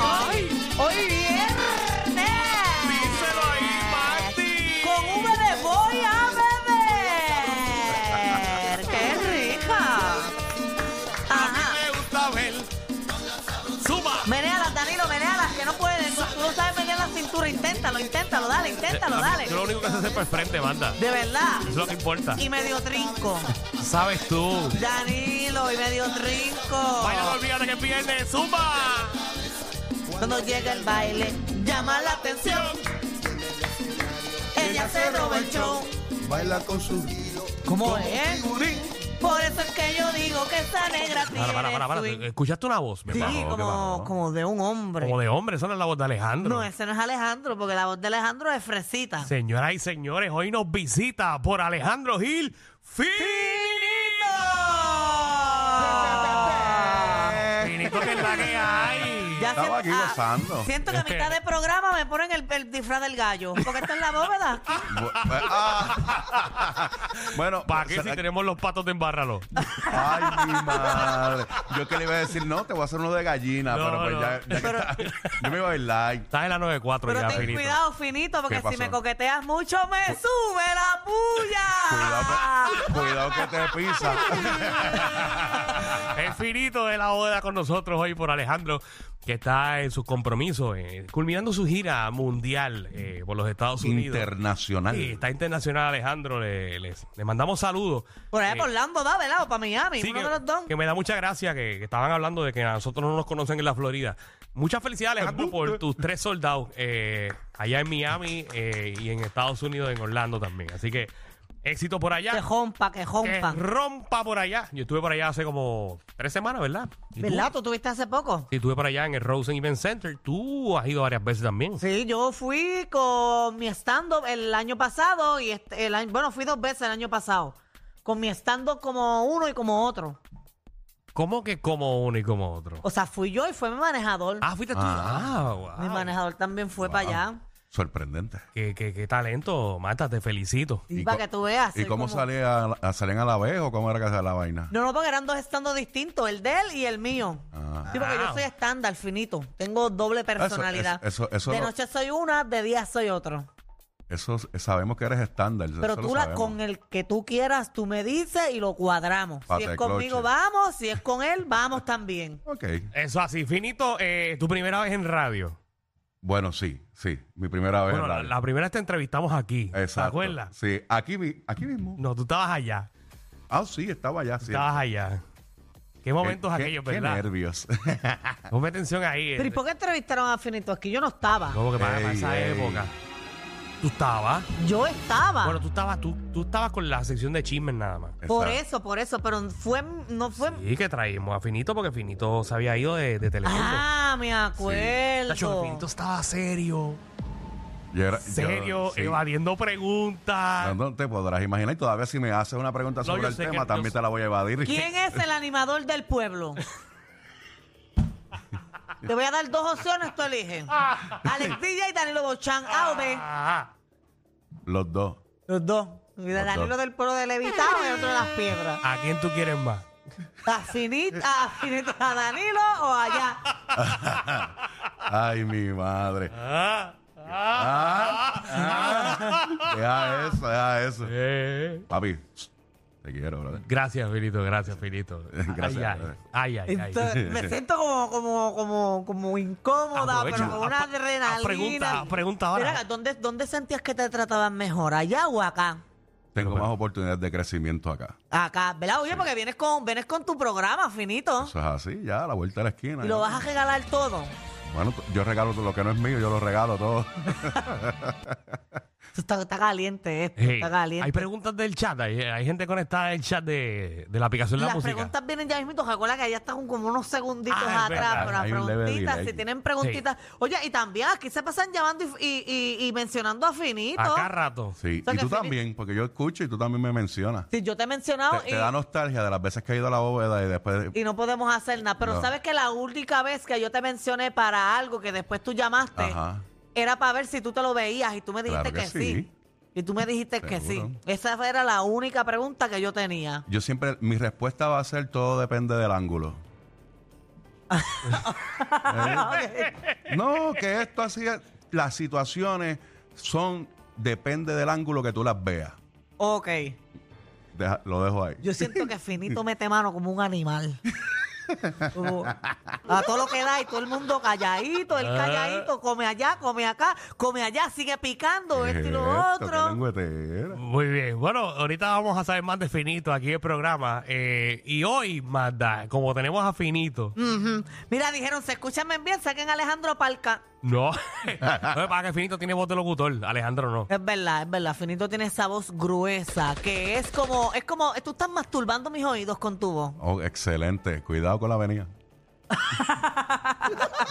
¡Ay! Hoy viernes. ¡Díselo ahí, Magdi! Con V de voy a beber. ¡Qué rica! A Ajá. mí me gusta ver. ¡Suma! Menealas, Danilo, menealas, que no puedes. Tú no sabes menear la cintura. Inténtalo, inténtalo, dale, inténtalo, A mí- dale. Yo lo único que sé hacer para el frente, banda. Eso De verdad. es lo que importa. Y medio trinco. ¿Sabes tú? Danilo, y medio trinco. Baila, no olvídate que pierde. ¡Suma! Cuando llega el baile, llama la atención. Ella se roba el show. Baila con su guillo. ¿Cómo es? Por eso es que yo digo que esa negra tiene Para, para, para, eh, para. swing. ¿Escuchaste una voz? Me Sí, bajó, me como, bajó. como de un hombre. Como de hombre, esa no es la voz de Alejandro. No, ese no es Alejandro, porque la voz de Alejandro es fresita. Señoras y señores, hoy nos visita por Alejandro Gil Finito. Finito que es la que hay. Ya Estaba aquí siento- ah, gozando. siento que a mitad de programa me ponen el, el disfraz del gallo, porque está en la bóveda. Bu- ah. bueno, ¿Para qué si será- tenemos los patos de embárralo? Ay, mi madre. Yo que le iba a decir, no, te voy a hacer uno de gallina, No, pero pues no. ya, ya que Pero- está- yo me iba a bailar. Estás en la 94 Pero ya, ten Finito. cuidado, finito, porque ¿Qué si pasó? me coqueteas mucho me sube la Cuidado, puya. que- cuidado que te pisa. eh. El Finito de la boda con nosotros hoy por Alejandro, que está en sus compromisos, eh, culminando su gira mundial eh, por los Estados Unidos. Internacional. Sí, está internacional Alejandro, le, les- le mandamos saludos. Por allá Eh, por Lando, da, ¿verdad? O para Miami, Sí, uno que, de los dos. que me da mucha gracia que, que estaban hablando de que a nosotros no nos conocen en la Florida. Muchas felicidades, Pues Alejandro, por tus tres soldados eh, allá en Miami eh, y en Estados Unidos, en Orlando también. Así que éxito por Que allá. jompa, que Que jompa. rompa por allá. Yo estuve por allá hace como tres semanas, ¿verdad? ¿Y tú? ¿Verdad? ¿Tú tuviste hace poco? Sí, estuve por allá en el Rosen Event Center. Tú has ido varias veces también. Sí, yo fui con mi stand-up el año pasado y este- el año- bueno, fui dos veces el año pasado. Con mi stand-up como uno y como otro. ¿Cómo que como uno y como otro? O sea, fui yo y fue mi manejador. Ah, fuiste tú. Ah, Ah. wow. Mi manejador también fue para allá. Sorprendente. Qué, qué- qué talento, Marta, te felicito. Y, ¿Y para co- que tú veas. ¿Y soy cómo como- sale a, a- salían a la vez o cómo era que hacía la vaina? No, no, porque eran dos stand distintos, el de él y el mío. Ah. Sí, porque Ah. yo soy estándar, finito. Tengo doble personalidad. eso- eso de lo- noche soy una, de día soy otro. Eso s- sabemos que eres estándar. Pero tú la, con el que tú quieras, tú me dices y lo cuadramos. Pata si es de conmigo, cloche. vamos. Si es con él, vamos también. Ok. Eso así, finito, eh, tu primera vez en radio. Bueno, sí, sí. Mi primera vez. en Bueno, la, radio. la primera vez te entrevistamos aquí. ¿Te Exacto. acuerdas? Sí, aquí, mi- aquí mismo. No, tú estabas allá. Ah, sí, estaba allá. Sí. Estabas allá. Qué Qué- momentos qué- aquellos, qué ¿verdad? nervios. Ponme atención ahí. Pero ¿y por qué entrevistaron a Finito? Es que yo no estaba. ¿Cómo que para para Ey, esa ey. época? ¿Tú estabas? Yo estaba. Bueno, tú estabas, tú, tú estabas con la sección de chismes nada más. por Exacto. eso, por eso. Pero fue, no fue. Y que traímos a Finito porque Finito se había ido de, de Telemundo. Ah, me acuerdo. Tacho, Finito estaba serio, Yo era- yo- serio, sí. evadiendo preguntas. No, no te podrás imaginar. Y todavía si me haces una pregunta sobre yo el sé que tema, yo también sé- te la voy a evadir. ¿Quién es el animador del pueblo? Te voy a dar dos opciones, tú eliges. Alex Villa y Danilo Bochán. A o B. Ah, Los dos. Los dos. Y de Los Danilo dos. del pueblo de Levitado y otro de las piedras. ¿A quién tú quieres más? ¿A Finito, a, Finito, a Danilo o allá? Ay, mi madre. Ah, ah. Deja eso, deja eso. Eh. Papi, te quiero, brother. Gracias, Finito, gracias, Finito. Gracias, Ay, brother. ay, ay, ay, ay. Entonces, me siento como, como, como, como incómoda, Aprovecha, pero con una haz- haz adrenalina. ah, pregunta, haz pregunta ahora. Mira, ¿dónde, ¿dónde sentías que te trataban mejor? ¿Allá o acá? Tengo más oportunidades de crecimiento acá. Acá, ¿verdad? Oye, porque vienes con, vienes con tu programa finito Eso es así, ya, a la vuelta de la esquina. y lo ya. vas a regalar todo. Bueno, t- yo regalo todo lo que no es mío, yo lo regalo todo. Esto está, está caliente esto, Hey, está caliente. hay preguntas del chat, hay, hay gente conectada en el chat de, de la aplicación de la las música. preguntas vienen ya mismo, recuerda que allá están como unos segunditos Ah, es atrás, verdad, pero las hay un leve preguntitas, delay. si tienen preguntitas. Oye, y también aquí se pasan llamando y, y- y- y mencionando a Finito. Acá rato. Sí. O sea y que tú Fili- también, porque yo escucho y tú también me mencionas. Si yo te he mencionado Te, Oh, y, te da nostalgia de las veces que he ido a la bóveda y después. y no podemos hacer nada, pero No. sabes que la única vez que yo te mencioné para algo que después tú llamaste Ajá. era para ver si tú te lo veías y tú me dijiste Claro que que, sí. sí. Y tú me dijiste que Seguro. sí. Esa era la única pregunta que yo tenía. Yo siempre, mi respuesta va a ser todo depende del ángulo. ¿Eh? No, que esto así, es. las situaciones son, depende del ángulo que tú las veas. ok. Deja- lo dejo ahí. Yo siento que Finito mete mano como un animal. Como a todo lo que da y todo el mundo calladito, el Ah. calladito, come allá, come acá, come allá, sigue picando esto y lo Esto, qué otro. lengüetera. Muy bien. Bueno, ahorita vamos a saber más de Finito aquí en el programa. Eh, y hoy, Magda, como tenemos a Finito. Ujú. Mira, dijeron, se escuchan bien, saquen a Alejandro Palca. No. no para que Finito tiene voz de locutor. Alejandro no. Es verdad, es verdad. Finito tiene esa voz gruesa, que es como, es como, tú estás masturbando mis oídos con tu voz. Oh, excelente. Cuidado con la avenida.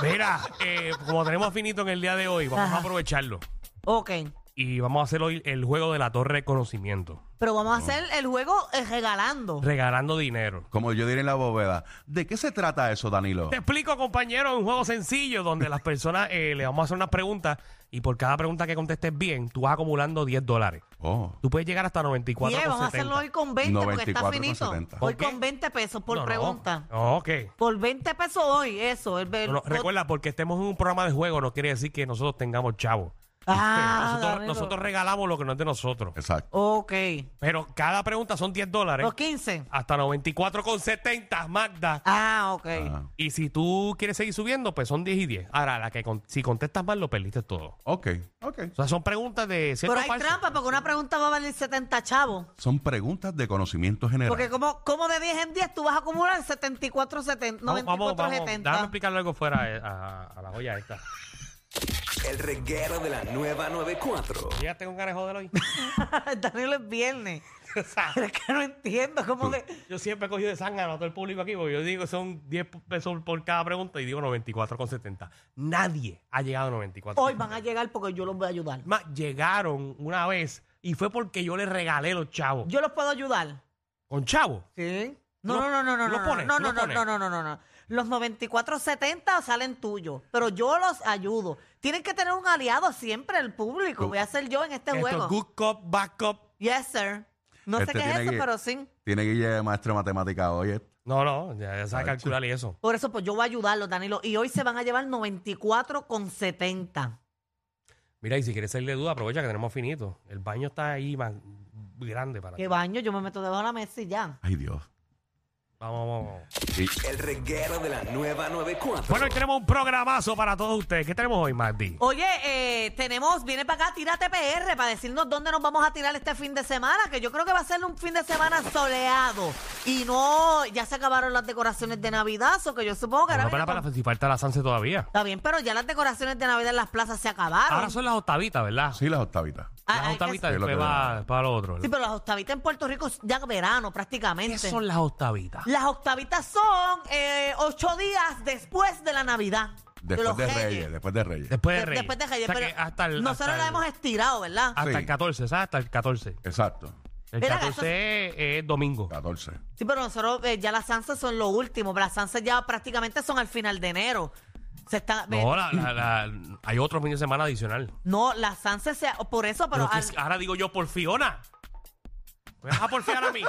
Mira, eh, como tenemos a Finito en el día de hoy, vamos Ajá. a aprovecharlo. Ok. Y vamos a hacer hoy el juego de la torre de conocimiento. Pero vamos a hacer el juego eh, regalando. Regalando dinero. Como yo diría en la bóveda. ¿De qué se trata eso, Danilo? Te explico, compañero, es un juego sencillo donde las personas eh, le vamos a hacer unas preguntas y por cada pregunta que contestes bien, tú vas acumulando 10 dólares. Oh. Tú puedes llegar hasta 94,70. Bien, vamos a hacerlo hoy con 20 porque está 94,70. finito. Hoy ¿Por qué? con 20 pesos por No, no. pregunta. No, ok. Por 20 pesos hoy, eso. El, el- No, no, recuerda, porque estemos en un programa de juego no quiere decir que nosotros tengamos chavo. Ah, nosotros, Danilo. nosotros regalamos lo que no es de nosotros. Exacto. Ok. Pero cada pregunta son 10 dólares Los 15. hasta 94,70, Magda. Ah, ok. Ah, Y si tú quieres seguir subiendo, pues son 10 y 10. Ahora, la que con- si contestas mal, lo perdiste todo. ok, ok. O sea, son preguntas de cierto Pero hay falso. trampa porque una pregunta va a valer 70 chavos. Son preguntas de conocimiento general. Porque como, como de 10 en 10 tú vas a acumular 74, 70, Vamos, vamos, vamos. 94, Déjame explicarle algo fuera eh, a, a la olla esta. El reguero de la nueva 94. Ya tengo un ganas de joder hoy. 70. Danilo es viernes. O sea, Pero es que no entiendo cómo que... yo siempre he cogido de sangre a todo el público aquí, porque yo digo que son 10 pesos por cada pregunta y digo 94,70. Nadie ha llegado a 94. Hoy van a llegar porque yo los voy a ayudar. Más, llegaron una vez y fue porque yo les regalé los chavos. Yo los puedo ayudar. ¿Con chavos? ¿Sí? No, Lo- no, no, no, no. lo no, pones, no, lo no, no, pones. no, no, no, no, no. Los 94.70 salen tuyos, pero yo los ayudo. Tienen que tener un aliado siempre, el público. Voy a ser yo en este Esto es juego. good cop, bad cop. Yes, sir. No Este sé qué es tiene eso, que- pero sí. Tiene Guille de maestro de matemática hoy. ¿eh? No, no, ya, ya sabes Ay, calcular y eso. Por eso, pues yo voy a ayudarlos, Danilo. Y hoy se van a llevar 94.70. Mira, y si quieres salir de duda, aprovecha que tenemos finito. El baño está ahí más grande para ti. Qué baño, yo me meto debajo de la mesa y ya. Ay, Dios. Vamos, vamos, vamos. Y El reguero de la nueva 94. Bueno, hoy tenemos un programazo para todos ustedes. ¿Qué tenemos hoy, Mardi? Oye, eh, tenemos, viene para acá, tírate PR para decirnos dónde nos vamos a tirar este fin de semana, que yo creo que va a ser un fin de semana soleado. Y no, ya se acabaron las decoraciones de Navidad, o que yo supongo que Una ahora pena viene para con- si falta la Sanse todavía. Está bien, pero ya las decoraciones de Navidad en las plazas se acabaron. Ahora son las octavitas, ¿verdad? sí, las octavitas. Ah, Las hay que- octavitas Sí, lo después que va para lo otro. Sí, pero las octavitas en Puerto Rico es ya verano ¿Qué prácticamente. son las octavitas? Las octavitas son eh, ocho días después de la Navidad. Después los de Reyes. Reyes, después de Reyes. Después de De- Reyes. Después de Reyes, O sea pero que hasta el, nosotros hasta la el- hemos estirado, ¿verdad? hasta Sí. el 14, ¿sabes? Hasta el 14. Exacto. El Mira, 14 es, es domingo. 14. Sí, pero nosotros eh, ya las Sansas son lo último. pero Las Sansas ya prácticamente son al final de enero. Se está, ve- No, la- la- la- hay otro fin de semana adicional. no, las Sansas se, por eso, Pero pero que al- es- ahora digo yo, por Fiona. ¿Me vas a porfiar a mí?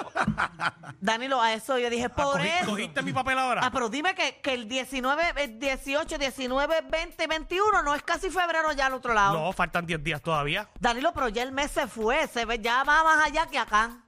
Danilo, a eso yo Ah, dije, por Cogi- eso. ¿Cogiste mi papel ahora? Ah, pero dime que, que el eh, 19, el 18, 19, 20, 21 no es casi febrero ya al otro lado. No, faltan 10 días todavía. Danilo, pero ya el mes se fue, se ve ya va más allá que acá.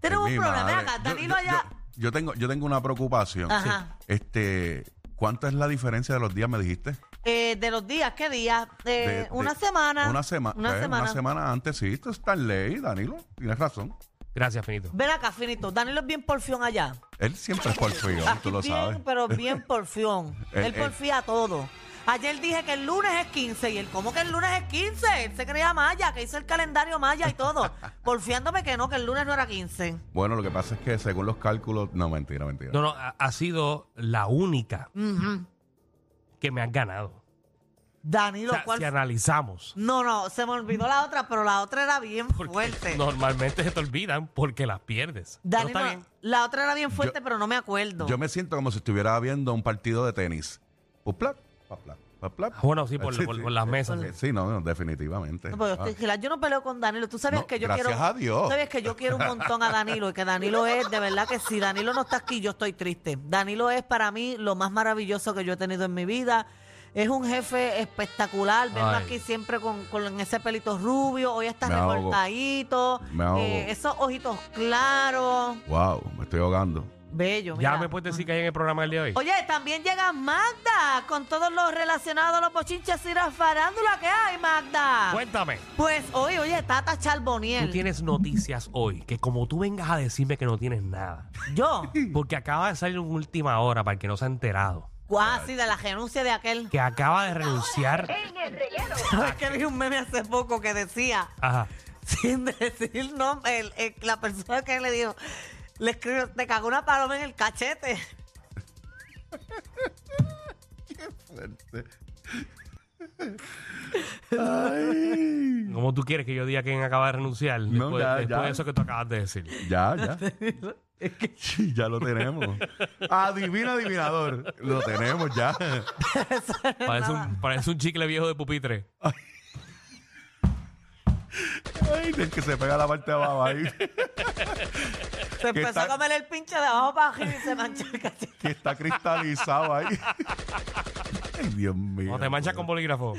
Tenemos Ay, un mi problema, ven madre. acá, Yo- Danilo yo, allá. Yo, yo tengo, yo tengo una preocupación. Ajá. Sí. Este, ¿cuánto es la diferencia de los días, me dijiste? eh, de los días, ¿qué días? Eh, De- de- una semana. Una, sema- Una eh, semana. una semana antes, sí. Esto está en ley, Danilo. Tienes razón. Gracias, Finito. Ven acá, Finito. Danilo es bien porfión allá. Él siempre es porfión, tú lo Ah, bien, sabes. Eh, pero bien porfión. El- él el- porfía todo. Ayer dije que el lunes es 15 y él, ¿cómo que el lunes es 15? Él se creía Maya, que hizo el calendario Maya y todo. porfiándome que no, que el lunes no era 15. Bueno, lo que pasa es que según los cálculos... No, mentira, mentira. No, no, ha, ha sido la única Ujú. que me has ganado. Danilo, O sea, ¿cuál si fue? analizamos. No, no, se me olvidó la otra, pero la otra era bien porque fuerte. Normalmente se te olvidan porque las pierdes. Pero Danilo, está bien. la otra era bien fuerte, Yo- pero no me acuerdo. Yo me siento como si estuviera viendo un partido de tenis. Pues, plat, pa, plat, Plap, plap. Ah, Bueno, sí, por, por- por las mesas. Eh, Sí, no, no, definitivamente. No, pero Ah. es que, Gilad, yo no peleo con Danilo. Tú sabes No, que yo gracias quiero. a Dios. tú Sabes que yo quiero un montón a Danilo y que Danilo es, de verdad que si Danilo no está aquí, yo estoy triste. Danilo es para mí lo más maravilloso que yo he tenido en mi vida. Es un jefe espectacular. Vengo Ay. aquí siempre con, con ese pelito rubio. Hoy está Me ahogo. recortadito. Me ahogo. eh, esos ojitos claros. Ah, Wow, me estoy ahogando. Bello. Ya mira. me puedes decir que hay en el programa del día de hoy. Oye, también llega Magda con todos los relacionados a los bochinches y la farándula que hay, Magda. Cuéntame. Pues hoy, oye, Tata Charboniel. Tú tienes noticias hoy, que como tú vengas a decirme que no tienes nada, Yo. porque acaba de salir en última hora para el que no se ha enterado, Guau, sí, de la renuncia de aquel. que acaba de renunciar. Es que vi un meme hace poco que decía, Ajá. sin decir nombre, el- el- la persona que le dijo, le escribió, te cagó una paloma en el cachete. Ay, ¿Cómo tú quieres que yo diga quién acaba de renunciar No, después, ya, después ya. de eso que tú acabas de decir? ya, ya. Sí, ya lo tenemos. Adivina, adivinador. Lo tenemos ya. Parece un, parece un chicle viejo de pupitre. Ay, del que se pega la parte de abajo ahí. Se empezó está- a comer el pinche de abajo para arriba y se manchó el cachete. Que está cristalizado ahí. Ay, Dios mío. Cuando te pues. manchas con bolígrafo.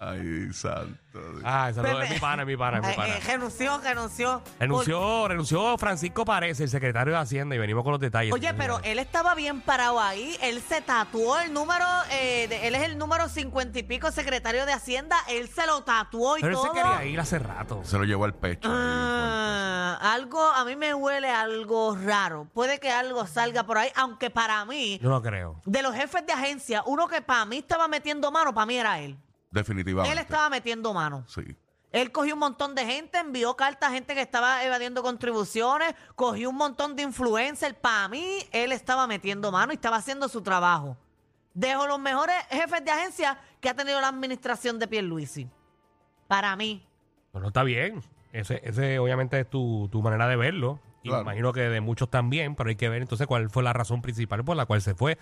Ay, santo. Ah, saludos. Es Pepe. mi pana, es mi pana, es mi Eh, pana. eh, renunció, renunció. Renunció, renunció Francisco Párez, el secretario de Hacienda, y venimos con los detalles. Oye, pero él estaba bien parado ahí. Él se tatuó el número, eh, de- él es el número cincuenta y pico secretario de Hacienda. Él se lo tatuó y Pero él todo. se quería ir hace rato. Se lo llevó al pecho. Ah, algo, a mí me huele algo raro. Puede que algo salga por ahí, aunque para mí, Yo no creo. de los jefes de agencia, uno que para mí estaba metiendo mano, para mí era él. Definitivamente. Él estaba metiendo mano. Sí. Él cogió un montón de gente, envió cartas a gente que estaba evadiendo contribuciones, cogió un montón de influencers. Para mí, él estaba metiendo mano y estaba haciendo su trabajo. Dejo los mejores jefes de agencia que ha tenido la administración de Pierluisi. Para mí. No, no está bien. Ese, ese obviamente es tu, tu manera de verlo. Y Claro. imagino que de muchos también, pero hay que ver entonces cuál fue la razón principal por la cual se fue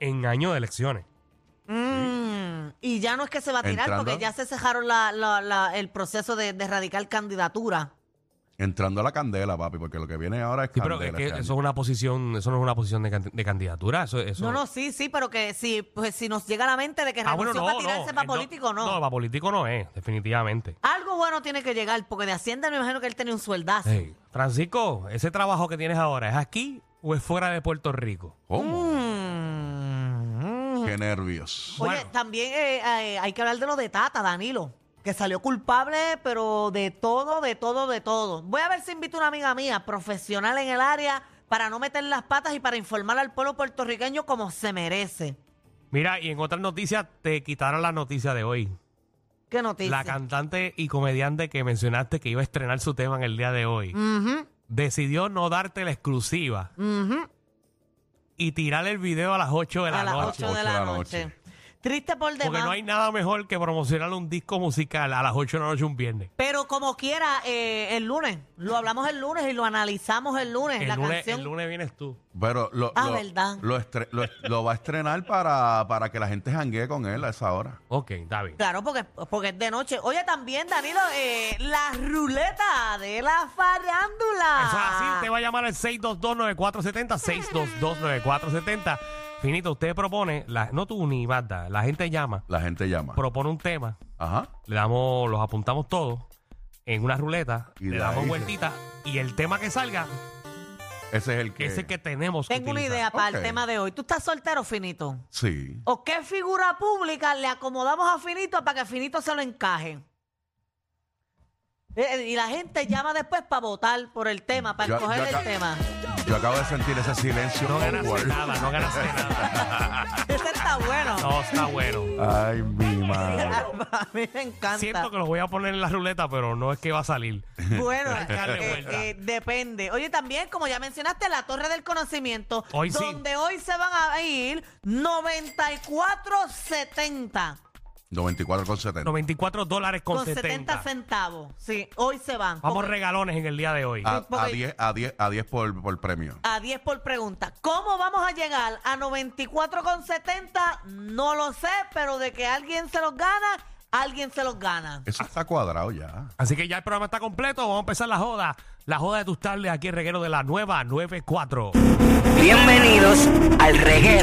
en año de elecciones. Mm, y ya no es que se va a tirar Entrando. porque ya se cejaron la- la- la- el proceso de, de radical candidatura. Entrando a la candela, papi, porque lo que viene ahora es Sí, candela. pero es que este eso año. es una posición, eso no es una posición de, can- de candidatura. Eso, eso- No, no, sí, sí, pero que si, pues, si nos llega a la mente de que Ah, bueno, renunció para tirarse eh, para político, no. No, para político no es, definitivamente. Algo bueno tiene que llegar porque de Hacienda me imagino que él tenía un sueldazo. Ey, Francisco, ese trabajo que tienes ahora, ¿es aquí o es fuera de Puerto Rico? ¿Cómo? Mm, mm. Qué nervios. Oye, Bueno. también eh, eh, hay que hablar de lo de Tata, Danilo, que salió culpable, pero de todo, de todo, de todo. Voy a ver si invito a una amiga mía, profesional en el área, para no meter las patas y para informar al pueblo puertorriqueño como se merece. Mira, y en otras noticias te quitaron la noticia de hoy. ¿Qué noticia? La cantante y comediante que mencionaste que iba a estrenar su tema en el día de hoy Ujú, decidió no darte la exclusiva ujú. y tirar el video a las 8 de la A las noche. 8 de la noche. Triste por demás. Porque no hay nada mejor que promocionar un disco musical a las 8 de la noche un viernes. Pero como quiera, eh, el lunes, lo hablamos el lunes y lo analizamos el lunes. El la lunes, canción el lunes vienes tú. Pero lo, Ah, lo- verdad. Lo, estre- lo, lo va a estrenar para, para que la gente janguee con él a esa hora. Ok, está bien. Claro, porque, porque es de noche. Oye, también, Danilo, eh, la ruleta de la farándula. Eso es así, te va a llamar al 622-9470, 622-9470. Finito, usted propone, la- no tú ni Magda, la gente llama, La gente llama. propone un tema, Ajá. le damos, los apuntamos todos en una ruleta, Y le la damos hice. vueltita y el tema que salga Ese es el que. es el que tenemos que Tengo una utilizar. idea para Ok. el tema de hoy. ¿Tú estás soltero, Finito? Sí. ¿O qué figura pública le acomodamos a Finito para que Finito se lo encaje? Eh, eh, y la gente llama después para votar por el tema, para Yo- escoger yo el acá- tema. Yo acabo de sentir ese silencio. No ganaste awkward. nada, no ganaste nada. Ese está bueno. No, está bueno. Ay, mi madre. A mí me encanta. Siento que lo voy a poner en la ruleta, pero no es que va a salir. Bueno, Darle eh, vuelta. eh, depende. Oye, también, como ya mencionaste, la Torre del Conocimiento, Hoy sí. donde hoy se van a ir 94.70. 94,70. 94 dólares con, Con 70. 70. centavos. Sí, hoy se van. Vamos Porque- regalones en el día de hoy. A, a porque- 10, a 10, a 10 por, por premio. a 10 por pregunta. ¿Cómo vamos a llegar a 94,70? No lo sé, pero de que alguien se los gana, alguien se los gana. Eso está cuadrado ya. Así que ya el programa está completo. Vamos a empezar la joda. La joda de tus tardes aquí en Reguero de la Nueva 94. Bienvenidos al reguero.